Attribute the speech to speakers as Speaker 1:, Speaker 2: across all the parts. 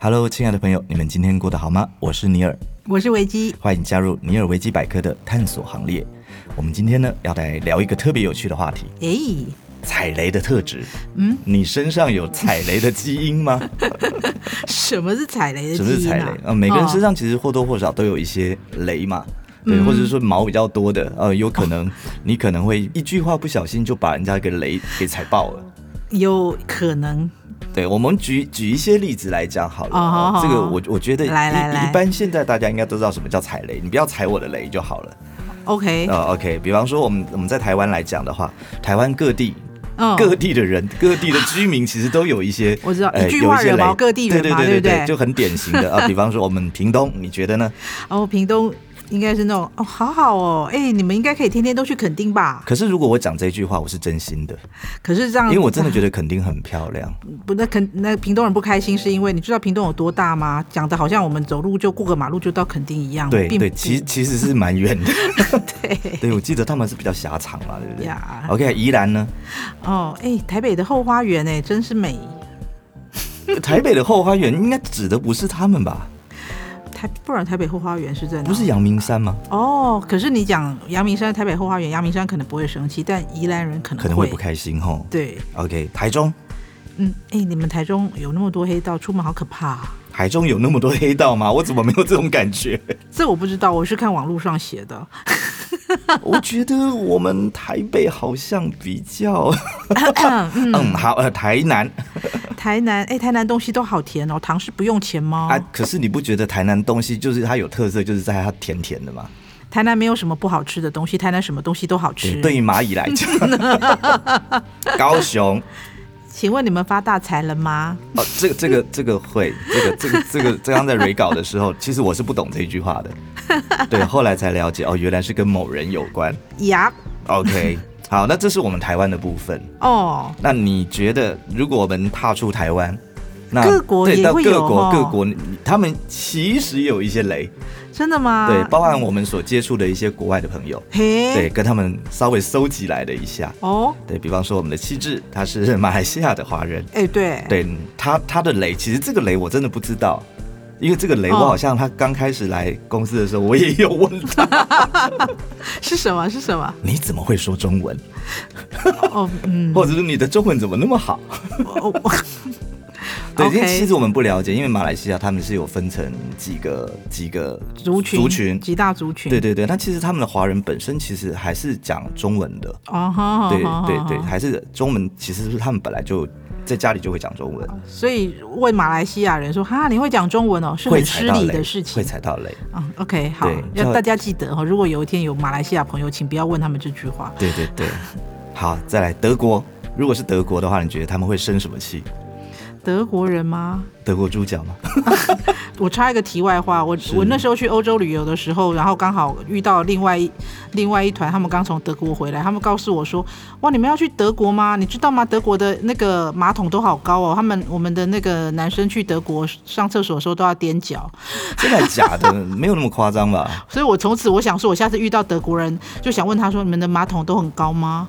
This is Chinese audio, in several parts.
Speaker 1: Hello，亲爱的朋友，你们今天过得好吗？我是尼尔，
Speaker 2: 我是维基。
Speaker 1: 欢迎加入尼尔维基百科的探索行列。我们今天呢，要来聊一个特别有趣的话题
Speaker 2: 诶，
Speaker 1: ——踩雷的特质。
Speaker 2: 嗯，
Speaker 1: 你身上有踩雷的基因 吗？
Speaker 2: 什么是踩雷的
Speaker 1: 什么是
Speaker 2: 基因
Speaker 1: 踩
Speaker 2: 啊
Speaker 1: 雷？呃，每个人身
Speaker 2: 哦
Speaker 1: 上其实或多或少都有一些雷嘛。对，
Speaker 2: 嗯
Speaker 1: 或者是说毛比较多的，呃，有可能你可能会一句话不小心就把人家给雷给踩爆了。
Speaker 2: 有可能
Speaker 1: 对，我们举举一些例子来讲好了。
Speaker 2: 哦好好
Speaker 1: 这个
Speaker 2: 好
Speaker 1: 我我觉得一
Speaker 2: 来来来
Speaker 1: 一般现在大家应该都知道什么叫踩雷，你不要踩我的雷就好了。
Speaker 2: ，OK，
Speaker 1: 呃，OK，比方说我们我们在台湾来讲的话，台湾各地。
Speaker 2: 嗯，
Speaker 1: 各地的人、各地的居民其实都有一些，
Speaker 2: 我知道
Speaker 1: 呃
Speaker 2: 一句话
Speaker 1: 有些
Speaker 2: 惹毛
Speaker 1: 雷
Speaker 2: 各地
Speaker 1: 对
Speaker 2: 人
Speaker 1: 对
Speaker 2: 嘛
Speaker 1: 对
Speaker 2: 对不
Speaker 1: 对，
Speaker 2: 对
Speaker 1: 就很典型 的啊。比方说我们屏东，你觉得呢？
Speaker 2: 然后哦屏东应该是那种哦，好好哦，哎，你们应该可以天天都去垦丁吧？
Speaker 1: 可是如果我讲这句话，我是真 心的，
Speaker 2: 可是这样，
Speaker 1: 因为我真的觉得垦丁很漂亮。
Speaker 2: 哦不，那肯那屏东人不开心是因为你知道屏东有多大吗？讲的好像我们走路就过个马路就到垦丁一样，
Speaker 1: 对
Speaker 2: 哦并
Speaker 1: 对，
Speaker 2: 不
Speaker 1: 其其实是蛮远 的。
Speaker 2: 对
Speaker 1: 对，我记得他们是比较狭长嘛，对不对
Speaker 2: 呀
Speaker 1: ？OK，宜兰呢？
Speaker 2: 哦，哎，台北的后花园哎，真是美。
Speaker 1: 台北的后花园应该指的不是他们吧？
Speaker 2: 台不然台北后花园是在哪？
Speaker 1: 不是阳明山吗？
Speaker 2: 哦，可是你讲阳明山、台北后花园，阳明山可能不会生气，但宜兰人可能
Speaker 1: 可能会不开心吼。
Speaker 2: 对，
Speaker 1: OK，台中，
Speaker 2: 嗯，哎、你们台中有那么多黑道，出门好可怕、啊。
Speaker 1: 台中有那么多黑道吗？我怎么没有这种感觉？
Speaker 2: 这我不知道，我是看网络上写 的。
Speaker 1: 我觉得我们台北好像比较…… 嗯好，呃，台南
Speaker 2: 台南，哎、台南东西都好甜哦，糖是不用钱吗？
Speaker 1: 啊，可是你不觉得台南东西就是它有特色，就是在它甜甜的吗？
Speaker 2: 台南没有什么不好吃的东西，台南什么东西都好吃。
Speaker 1: 对，于蚂蚁来讲，高雄
Speaker 2: 请问你们发大财了吗？
Speaker 1: 哦，这个这个这个会，这个这个这个刚刚在 re 稿的时候，其实我是不懂这句话的，对，后来才了解哦，原来是跟某人有关。
Speaker 2: 呀，
Speaker 1: OK，好，那这是我们台湾的部分。
Speaker 2: 哦，
Speaker 1: 那你觉得，如果我们踏出台湾，那
Speaker 2: 各国
Speaker 1: 对
Speaker 2: 也
Speaker 1: 到
Speaker 2: 会
Speaker 1: 各
Speaker 2: 有
Speaker 1: 国
Speaker 2: 哦
Speaker 1: 各国，你他们其实有一些雷，
Speaker 2: 真的吗？
Speaker 1: 对，包含我们所接触的一些国外的朋友，
Speaker 2: 嘿，
Speaker 1: 对，，跟他们稍微搜集来了一下。
Speaker 2: 哦，
Speaker 1: 对比方说，我们的气质，他是马来西亚的华人，
Speaker 2: 哎、对，，
Speaker 1: 对他他的雷，其实这个雷我真的不知道，因为这个雷我
Speaker 2: 哦
Speaker 1: 好像他刚开始来公司的时候，我也有问他，
Speaker 2: 是什么？是什么？
Speaker 1: 你怎么会说中文，
Speaker 2: 哦，嗯，哦
Speaker 1: 或者是你的中文怎么那么好？
Speaker 2: 我我
Speaker 1: 对，因为
Speaker 2: OK
Speaker 1: 其实我们不了解，因为马来西亚他们是有分成几个几个
Speaker 2: 族群，
Speaker 1: 族群，
Speaker 2: 几大族群，
Speaker 1: 对对对。那其实他们的华人本身其实还是讲中文的，
Speaker 2: 哦，好好
Speaker 1: 对
Speaker 2: 好好
Speaker 1: 对
Speaker 2: 好
Speaker 1: 对，还是中文，其实是他们本来就在家里就会讲中文，
Speaker 2: 所以问马来西亚人说：“哈，你会讲中文哦，是
Speaker 1: 会
Speaker 2: 很
Speaker 1: 踩
Speaker 2: 失
Speaker 1: 到
Speaker 2: 礼
Speaker 1: 雷
Speaker 2: 的事情
Speaker 1: 会。踩到雷。”
Speaker 2: 嗯，OK，好
Speaker 1: 对，
Speaker 2: 要
Speaker 1: 就
Speaker 2: 大家记得哦，如果有一天有马来西亚朋友，请不要问他们这句话。
Speaker 1: 对对对，好，再来德国，如果是德国的话，你觉得他们会生什么气？
Speaker 2: 德国人吗？
Speaker 1: 德国猪脚吗？
Speaker 2: 我插一个题外话，我我那时候去欧洲旅游的时候，然后刚好遇到另外一另外一团，他们刚从德国回来，他们告诉我说：“哇，你们要去德国吗？你知道吗？德国的那个马桶都好高哦，他们我们的那个男生去德国上厕所的时候都要踮脚。”
Speaker 1: 真的假的？没有那么夸张 吧？
Speaker 2: 所以我从此我想说，我下次遇到德国人就想问他说：“你们的马桶都很高吗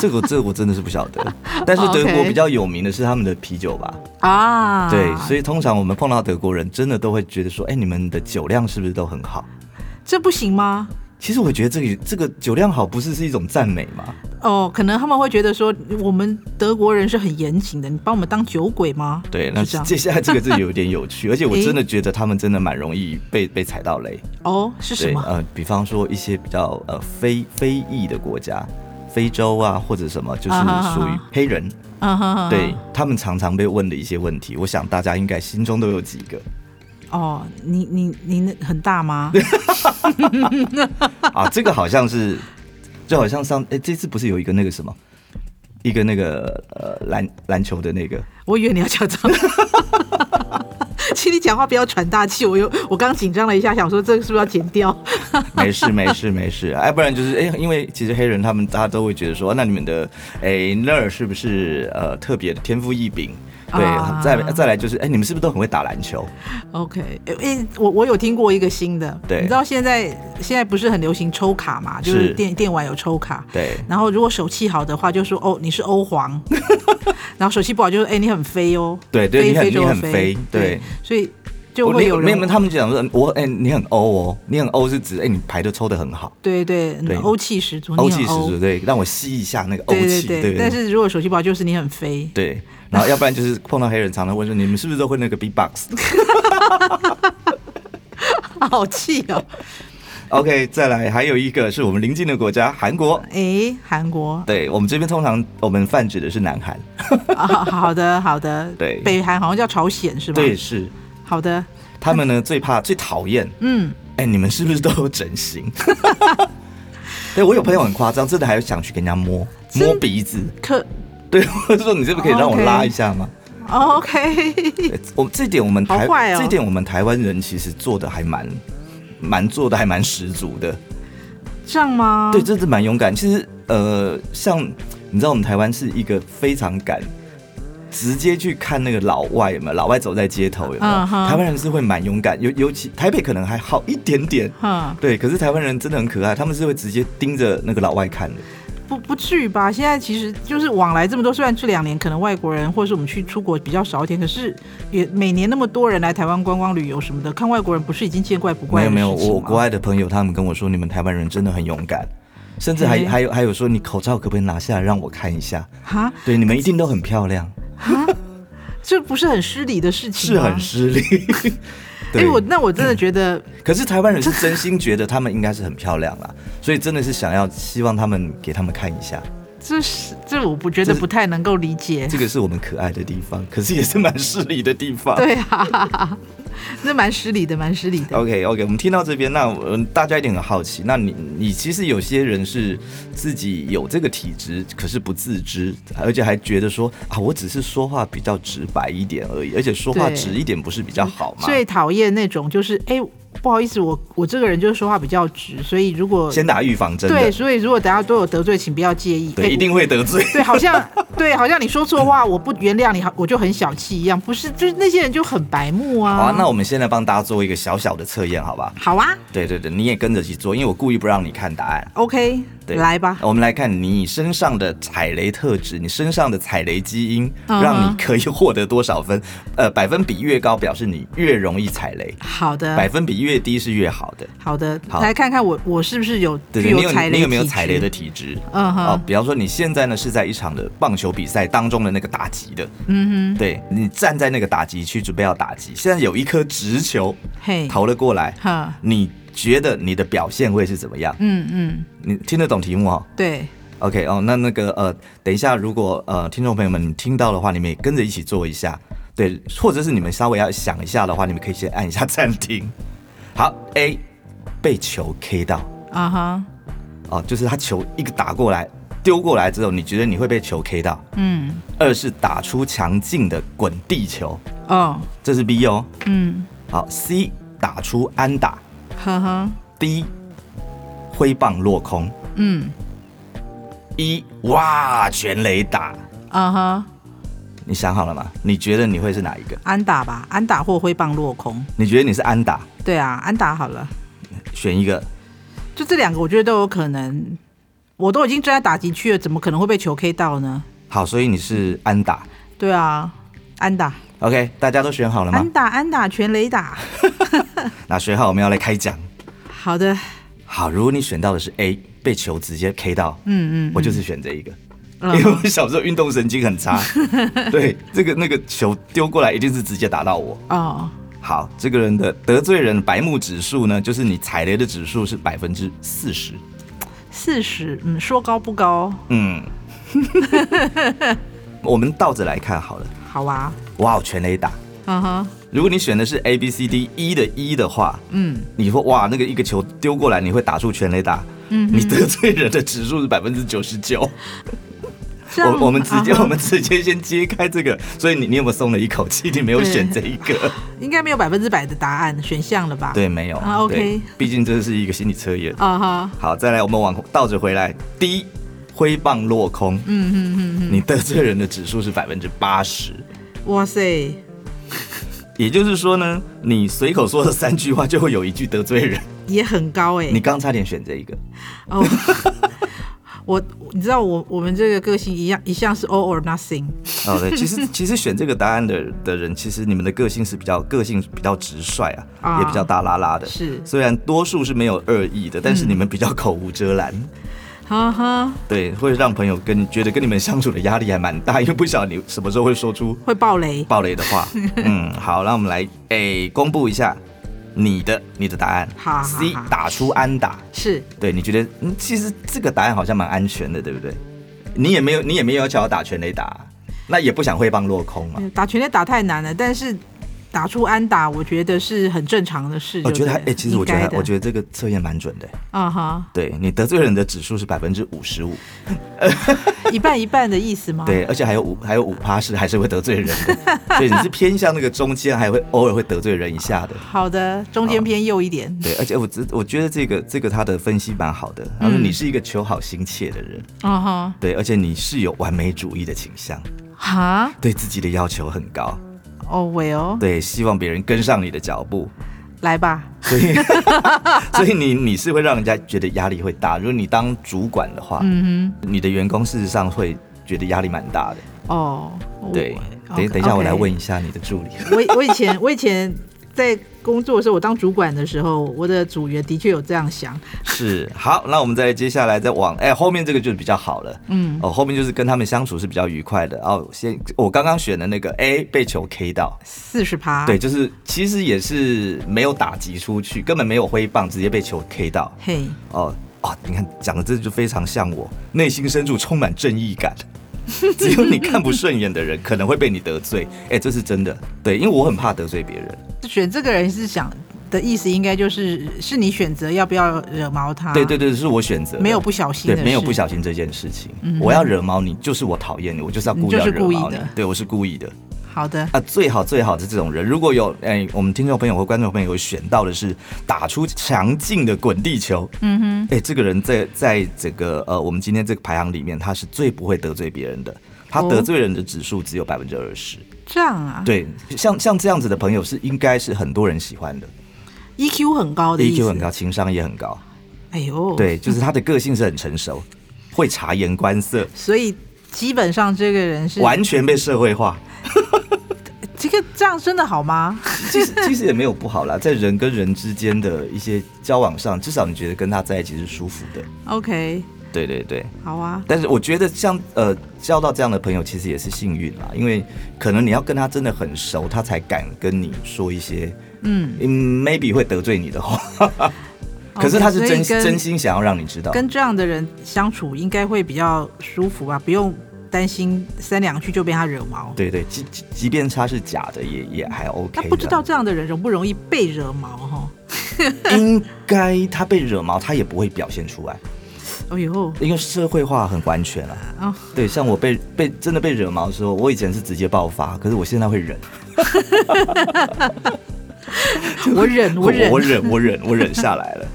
Speaker 1: 这个这个我真的是不晓得。但是德国
Speaker 2: OK
Speaker 1: 比较有名的是他们的啤酒吧？？”
Speaker 2: 啊，
Speaker 1: 对，所以通常我们碰到德国人，真的都会觉得说，哎、你们的酒量是不是都很好？
Speaker 2: 这不行吗？
Speaker 1: 其实我觉得这个这个酒量好，不是是一种赞美吗？
Speaker 2: 哦，可能他们会觉得说我们德国人是很严谨的，你把我们当酒鬼吗？
Speaker 1: 对，那
Speaker 2: 是这样
Speaker 1: 接下来这个是有点有趣，而且我
Speaker 2: 诶
Speaker 1: 真的觉得他们真的蛮容易被被踩到雷。
Speaker 2: 哦，是什
Speaker 1: 对，
Speaker 2: 么？
Speaker 1: 呃，比方说一些比较呃非非裔的国家，非洲啊或者什么，就是
Speaker 2: 啊哈哈
Speaker 1: 属于
Speaker 2: 哈
Speaker 1: 黑人，
Speaker 2: 嗯哼哼，
Speaker 1: 对他们常常被问的一些问题，我想大家应该心中都有几 个
Speaker 2: 哦，你你你那很 大吗？
Speaker 1: 啊。这个好像是，就好像上哎、这次不是有一个那个什么，一个那个呃篮篮球的那 个，
Speaker 2: 我以为你要讲 脏话。请你讲话不要喘大气，我又我刚紧张了一下，想说这个是不是要剪掉？
Speaker 1: 没事没事没事，哎、不然就是哎、因为其实黑人啊他们大家都会觉得说，那你们的哎那儿是不是呃特别的天赋异禀？对，
Speaker 2: 啊
Speaker 1: 再再来就是，哎，你们是不是都很会打篮球？
Speaker 2: OK，诶、诶我我有听过一个新的，
Speaker 1: 对
Speaker 2: 你知道现在现在不是很流行抽卡嘛，就是
Speaker 1: 是
Speaker 2: 电电玩有抽卡，
Speaker 1: 对，
Speaker 2: 然后如果手气好的话，就说哦你是 欧皇，然后手气不好就说哎、你很飞哦，
Speaker 1: 对对
Speaker 2: 飞
Speaker 1: 你很
Speaker 2: 飞就
Speaker 1: 你很
Speaker 2: 飞，
Speaker 1: 飞对
Speaker 2: 所以就
Speaker 1: 我
Speaker 2: 会
Speaker 1: 没
Speaker 2: 有
Speaker 1: 有
Speaker 2: 人
Speaker 1: 没有，他们就讲说，我哎、你很欧哦，你很欧是指哎、你牌都抽的很好，
Speaker 2: 对对
Speaker 1: 对
Speaker 2: 欧气十足，
Speaker 1: 欧
Speaker 2: 哦你
Speaker 1: 气
Speaker 2: 很
Speaker 1: 十足，对，让我吸一下那个欧
Speaker 2: 对
Speaker 1: 气，
Speaker 2: 对
Speaker 1: 对
Speaker 2: 但是如果手气不好就是你很飞，
Speaker 1: 对，然后要不然就是碰到黑人，常常问说你们是不是都会那个 B-box？OK，、
Speaker 2: 好气哦，
Speaker 1: OK，再来还有一个是我们邻近的国家韩国，
Speaker 2: 哎韩国
Speaker 1: 对我们这边通常我们泛指的是南韩，
Speaker 2: 啊好的好的，
Speaker 1: 对
Speaker 2: 北韩好像叫朝鲜是吧？
Speaker 1: 对，，是
Speaker 2: 好的，
Speaker 1: 他们呢最怕最讨厌，
Speaker 2: 嗯。
Speaker 1: 哎、你们是不是都有整 形？对我有朋友很夸张，真的还想去给人家摸
Speaker 2: 真
Speaker 1: 摸鼻子，
Speaker 2: 可
Speaker 1: 对我就说你这不可以让我
Speaker 2: OK
Speaker 1: 拉一下吗？
Speaker 2: 哦 OK，
Speaker 1: 对 我们这点我们
Speaker 2: 好
Speaker 1: 台、
Speaker 2: 坏哦
Speaker 1: 这点我们台湾人其实做的还蛮蛮做的还蛮十足的，
Speaker 2: 这样吗？
Speaker 1: 对，真是蛮勇敢。其实呃，像你知道我们台湾是一个非常敢。直接去看那个老外有没有？老外走在街头有没有
Speaker 2: 嗯哼
Speaker 1: 台湾人是会蛮勇敢，尤尤其台北可能还好一点点，
Speaker 2: 嗯，
Speaker 1: 对。可是台湾人真的很可爱，他们是会直接盯着那个老外看的。
Speaker 2: 不不至于吧？现在其实就是往来这么多，虽然这两年可能外国人或者是我们去出国比较少一点，可是也每年那么多人来台湾观光旅游什么的，看外国人不是已经见怪不
Speaker 1: 没
Speaker 2: 怪
Speaker 1: 有
Speaker 2: 的
Speaker 1: 没有，
Speaker 2: 事情
Speaker 1: 我
Speaker 2: 吗
Speaker 1: 国外的朋友他们跟我说，你们台湾人真的很勇敢，甚至还、
Speaker 2: 嗯
Speaker 1: 还有还有说，你口罩可不可以拿下来让我看一下？
Speaker 2: 哈，
Speaker 1: 对，你们一定都很漂亮，
Speaker 2: 这不是很失礼的事情
Speaker 1: 是
Speaker 2: 吗？
Speaker 1: 很失 礼。
Speaker 2: 哎、
Speaker 1: 对，
Speaker 2: 我那我真的觉得，
Speaker 1: 可是台湾人是真心觉得他们应该是很漂亮啦，所以真的是想要希望他们给他们看一下，
Speaker 2: 这是这我不觉得
Speaker 1: 这是
Speaker 2: 不太能够理解。
Speaker 1: 这个是我们可爱的地 方，可是也是蛮失礼的地方。
Speaker 2: 对啊， 那蛮失礼的，蛮失礼的。
Speaker 1: OK OK，我们听到这边，那我大家一定很好奇，那你你其实有些人是自己有这个体质，可是不自知，而且还觉得说啊，我只是说话比较直白一点而已，而且说话
Speaker 2: 对
Speaker 1: 直一点不是比较好吗？
Speaker 2: 最讨厌那种就是，哎、不好意思，我我这个人就是说话比较直，所以如果
Speaker 1: 先打预防针
Speaker 2: 对，
Speaker 1: 的，
Speaker 2: 所以如果大家都有得罪，请不要介意。
Speaker 1: 对，
Speaker 2: 哎
Speaker 1: 一定会得罪。
Speaker 2: 对，好像 对，好像你说错话，我不原谅你，好我就很小气一样。不是，就是那些人就很白目啊。
Speaker 1: 好啊，那我们现在帮大家做一个小小的测验，好吧？
Speaker 2: 好啊
Speaker 1: 对对对，你也跟着去做，因为我故意不让你看答案。
Speaker 2: ，OK，
Speaker 1: 对，
Speaker 2: 来吧。
Speaker 1: 我们来看你身上的踩雷特质，你身上的踩雷基因，
Speaker 2: 嗯哼
Speaker 1: 让你可以获得多少分？呃，百分比越高，表示你越容易踩雷；
Speaker 2: 好
Speaker 1: 百
Speaker 2: 的，
Speaker 1: 分比越低是越好的。
Speaker 2: 好的，
Speaker 1: 好
Speaker 2: 来看看我我是不是有
Speaker 1: 对
Speaker 2: 具
Speaker 1: 对，你
Speaker 2: 有
Speaker 1: 有
Speaker 2: 踩雷
Speaker 1: 你有没有
Speaker 2: 体
Speaker 1: 踩雷
Speaker 2: 质
Speaker 1: 的？体质？
Speaker 2: 嗯
Speaker 1: 哦
Speaker 2: 哼，，
Speaker 1: 比方说你现在呢是在一场的棒球比赛当中的那个打击的，嗯哼，对你站在那个打击区准备要打击，现在有一颗直球
Speaker 2: 嘿，
Speaker 1: 投了过来，
Speaker 2: 哈，
Speaker 1: 你觉得你的表现会是怎么样？
Speaker 2: 嗯嗯，
Speaker 1: 你听得懂题目哦？
Speaker 2: 对，
Speaker 1: OK 哦，那那个呃，等一下，如果呃听众朋友们你听到的话，你们也跟着一起做一下，对，或者是你们稍微要想一下的话，你们可以先按一下暂停。 好，A 被球 K 到
Speaker 2: 啊哈，
Speaker 1: 哦，就是他球一个打过来丢过来之后，你觉得你会被球 K 到；
Speaker 2: 嗯，
Speaker 1: 二是打出强劲的滚地球，
Speaker 2: 哦，
Speaker 1: 这是 B 哦。
Speaker 2: 嗯，
Speaker 1: 好，C 打出安打
Speaker 2: 呵呵，
Speaker 1: ，D 挥棒落空
Speaker 2: 嗯，
Speaker 1: ，E 哇全垒打。
Speaker 2: 啊哈，
Speaker 1: 你想好了吗？你觉得你会是哪一个？
Speaker 2: 安打吧，安打或挥棒落空。
Speaker 1: 你觉得你是安打，
Speaker 2: 对啊，安打好了。
Speaker 1: 选一个，
Speaker 2: 就这两个，我觉得都有可能。我都已经站在打击区了，怎么可能会被球 K 到呢？
Speaker 1: 好，所以你是安打。
Speaker 2: 对啊，安打，
Speaker 1: OK，大家都选好了吗
Speaker 2: 安？打，安打，全垒打。
Speaker 1: 那选好，我们要来开奖。
Speaker 2: 好的，
Speaker 1: 好，如果你选到的是 A，被球直接 K 到，
Speaker 2: 嗯嗯
Speaker 1: 我就是选这一个，
Speaker 2: 嗯
Speaker 1: 因为我小时候运动神经很差， 对，这个那个球丢过来一定是直接打到我。
Speaker 2: 哦，
Speaker 1: 好，这个人的得罪人白目指数呢，就是你踩雷的指数是百分之四十。
Speaker 2: 四十，嗯，说高不高，
Speaker 1: 嗯，我们倒着来看好了。
Speaker 2: 好啊，
Speaker 1: 哇，全雷打。
Speaker 2: 嗯哼，
Speaker 1: 如果你选的是 A B C D 一的一的话，
Speaker 2: 嗯，
Speaker 1: 你说哇，那个一个球丢过来，你会打出全垒打，嗯，你得罪人的指数是百分之九十九。
Speaker 2: 这样
Speaker 1: 我我们直接、
Speaker 2: 啊哈
Speaker 1: 我们直接先揭开这个，所以你你有没有松了一口气？你没有选这一 个，
Speaker 2: 应该没有百分之百的答案选项了吧？，
Speaker 1: 对，没有。
Speaker 2: 啊，OK
Speaker 1: 对毕竟这是一个心理测验。
Speaker 2: 啊哈，
Speaker 1: 好，再来，我们往倒着回来。第一，挥棒落空，嗯嗯嗯，你得罪人的指数是百分之八十。
Speaker 2: 哇塞，
Speaker 1: 也就是说呢，你随口说的三句话就会有一句得罪人。
Speaker 2: 也很高哎、
Speaker 1: 你刚差点选这一个，
Speaker 2: 哦， 我你知道我我们这个个性一样一向是 all or nothing，
Speaker 1: 哦对， 其实其实选这个答案的的人，其实你们的个性是比较个性比较直率啊，
Speaker 2: 啊
Speaker 1: 也比较大拉拉的。
Speaker 2: 是，
Speaker 1: 虽然多数是没有恶意的，但是你们比较口无遮拦，
Speaker 2: 哈哈，
Speaker 1: 对，会让朋友跟觉得跟你们相处的压力还蛮大，因为不晓得你什么时候会说出
Speaker 2: 会爆雷。
Speaker 1: 暴雷的 话。嗯，好，那我们来诶、公布一下你的你的答案。
Speaker 2: 好好
Speaker 1: C
Speaker 2: 好
Speaker 1: 打出安打，
Speaker 2: 是
Speaker 1: 对，你觉得嗯，其实这个答案好像蛮安全的，对不对？你也没有你也没有要求要打全垒打啊，那也不想挥棒落空嘛。
Speaker 2: 打全垒打太难了，但是打出安打，我觉得是很正常的事就
Speaker 1: 我
Speaker 2: 对了。
Speaker 1: 觉得还哎、其实我觉得还我
Speaker 2: 得
Speaker 1: 觉得这个测验蛮准的。
Speaker 2: 啊哈，
Speaker 1: 对你得罪人的指数是百分之五十五，
Speaker 2: 哦 一半一半的意思吗？
Speaker 1: 对，而且还有五还有五趴是还是会得罪人 的，所以你是偏向那个中间，还会偶尔会得罪人一下的。
Speaker 2: 好的，中间偏右一点。
Speaker 1: 对，而且我只我觉得这个这个他的分析蛮好的，他说
Speaker 2: 嗯
Speaker 1: 你是一个求好心切的人，
Speaker 2: 啊哈，
Speaker 1: 对，而且你是有完美主义的倾向，
Speaker 2: 哈，
Speaker 1: 对自己的要求很高，
Speaker 2: 哦喂哦，
Speaker 1: 对，希望别人跟上你的脚步，
Speaker 2: 来吧，
Speaker 1: 所以
Speaker 2: 啊
Speaker 1: 所以你你是会让人家觉得压力会大。如果你当主管的话，
Speaker 2: 嗯
Speaker 1: 你的员工事实上会觉得压力蛮大的。
Speaker 2: 哼，哦，我
Speaker 1: 对，等
Speaker 2: OK，
Speaker 1: 等一下，我来
Speaker 2: OK
Speaker 1: 问一下你的助理。
Speaker 2: 我我以前我以前在工作的时候，我当主管的时候，我的组员的确有这样想。
Speaker 1: 是，好，那我们再接下来再往哎、后面这个就比较好了。
Speaker 2: 嗯，
Speaker 1: 哦，后面就是跟他们相处是比较愉快的。哦，先我刚刚选的那个 A 被球 K 到，
Speaker 2: 四十趴。
Speaker 1: 对，，就是其实也是没有打击出去，根本没有挥棒，直接被球 K 到。
Speaker 2: 嘿，
Speaker 1: 哦哦，你看讲的这就非常像我，内心深处充满正义 感。只有你看不顺眼的人可能会被你得罪，哎、这是真的。对，因为我很怕得罪别人。
Speaker 2: 选这个人是想的意思，应该就是是你选择要不要惹毛他。
Speaker 1: 对对，对，是我选择的。
Speaker 2: 啊没有不小心
Speaker 1: 对
Speaker 2: 的，事，嗯
Speaker 1: 没有不小心这件事情。我要惹毛你，就是我讨厌你，我就是要故意要惹
Speaker 2: 你就是
Speaker 1: 毛
Speaker 2: 故
Speaker 1: 你
Speaker 2: 意的。
Speaker 1: 对，我是故意的
Speaker 2: 好的，
Speaker 1: 啊！最好最好的这种人，如果有哎，我们听众朋友或观众朋友有选到的是打出强劲的滚地球，
Speaker 2: 嗯哼，
Speaker 1: 哎，这个人在在整个呃我们今天这个排行里面，他是最不会得罪别人的。他
Speaker 2: 哦
Speaker 1: 得罪人的指数只有百分之二十，
Speaker 2: 这样啊，
Speaker 1: 对，像像这样子的朋友是应该是很多人喜欢的
Speaker 2: ，EQ ，E 很高的意思。
Speaker 1: ，EQ E 很高，。情商也很高，
Speaker 2: 哎呦，，
Speaker 1: 对，就是他的个性是很成熟，会察言观色，
Speaker 2: 所以基本上这个人是
Speaker 1: 完全被社会化。
Speaker 2: 这个这样真的好吗？
Speaker 1: 其实其实也没有不好啦，在人跟人之间的一些交往上，至少你觉得跟他在一起是舒服的。
Speaker 2: OK，
Speaker 1: 对对对，
Speaker 2: 好啊，
Speaker 1: 但是我觉得像呃交到这样的朋友，其实也是幸运啦，因为可能你要跟他真的很熟，他才敢跟你说一些
Speaker 2: 嗯，
Speaker 1: 嗯 maybe 会得罪你的话。 可是他是
Speaker 2: OK，
Speaker 1: 真
Speaker 2: 哦所以跟
Speaker 1: 真心想要让你知道，
Speaker 2: 跟这样的人相处应该会比较舒服吧，不用担心三两句就被他惹毛。
Speaker 1: 对对，即即即便他是假的，也也还 OK
Speaker 2: 那
Speaker 1: 的。
Speaker 2: 不知道这 样的人容不容易被惹毛哈？
Speaker 1: 应该他被惹毛，他也不会表现出来，
Speaker 2: 哦呦，
Speaker 1: 因为社会化很完全啊。
Speaker 2: 哦，
Speaker 1: 对，像我被被真的被惹毛的时候，我以前是直接爆发，可是我现在会忍，
Speaker 2: 我忍，
Speaker 1: 我
Speaker 2: 我忍，
Speaker 1: 我忍，我忍，我忍下来了。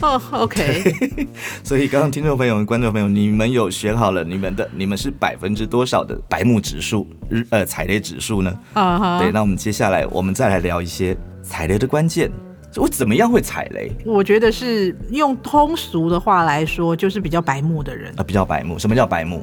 Speaker 2: 哦，OK，
Speaker 1: 所以刚刚听众朋友们、观众朋友，你们有选好了你们的，你们是百分之多少的白目指数，日呃踩雷指数呢？
Speaker 2: 啊
Speaker 1: 对，
Speaker 2: 哈，
Speaker 1: 那我们接下来我们再来聊一些踩雷的关键，我怎么样会踩雷
Speaker 2: 我觉得是用通俗的话来说，就是比较白目的人
Speaker 1: 啊、，比较白目，什么叫白目？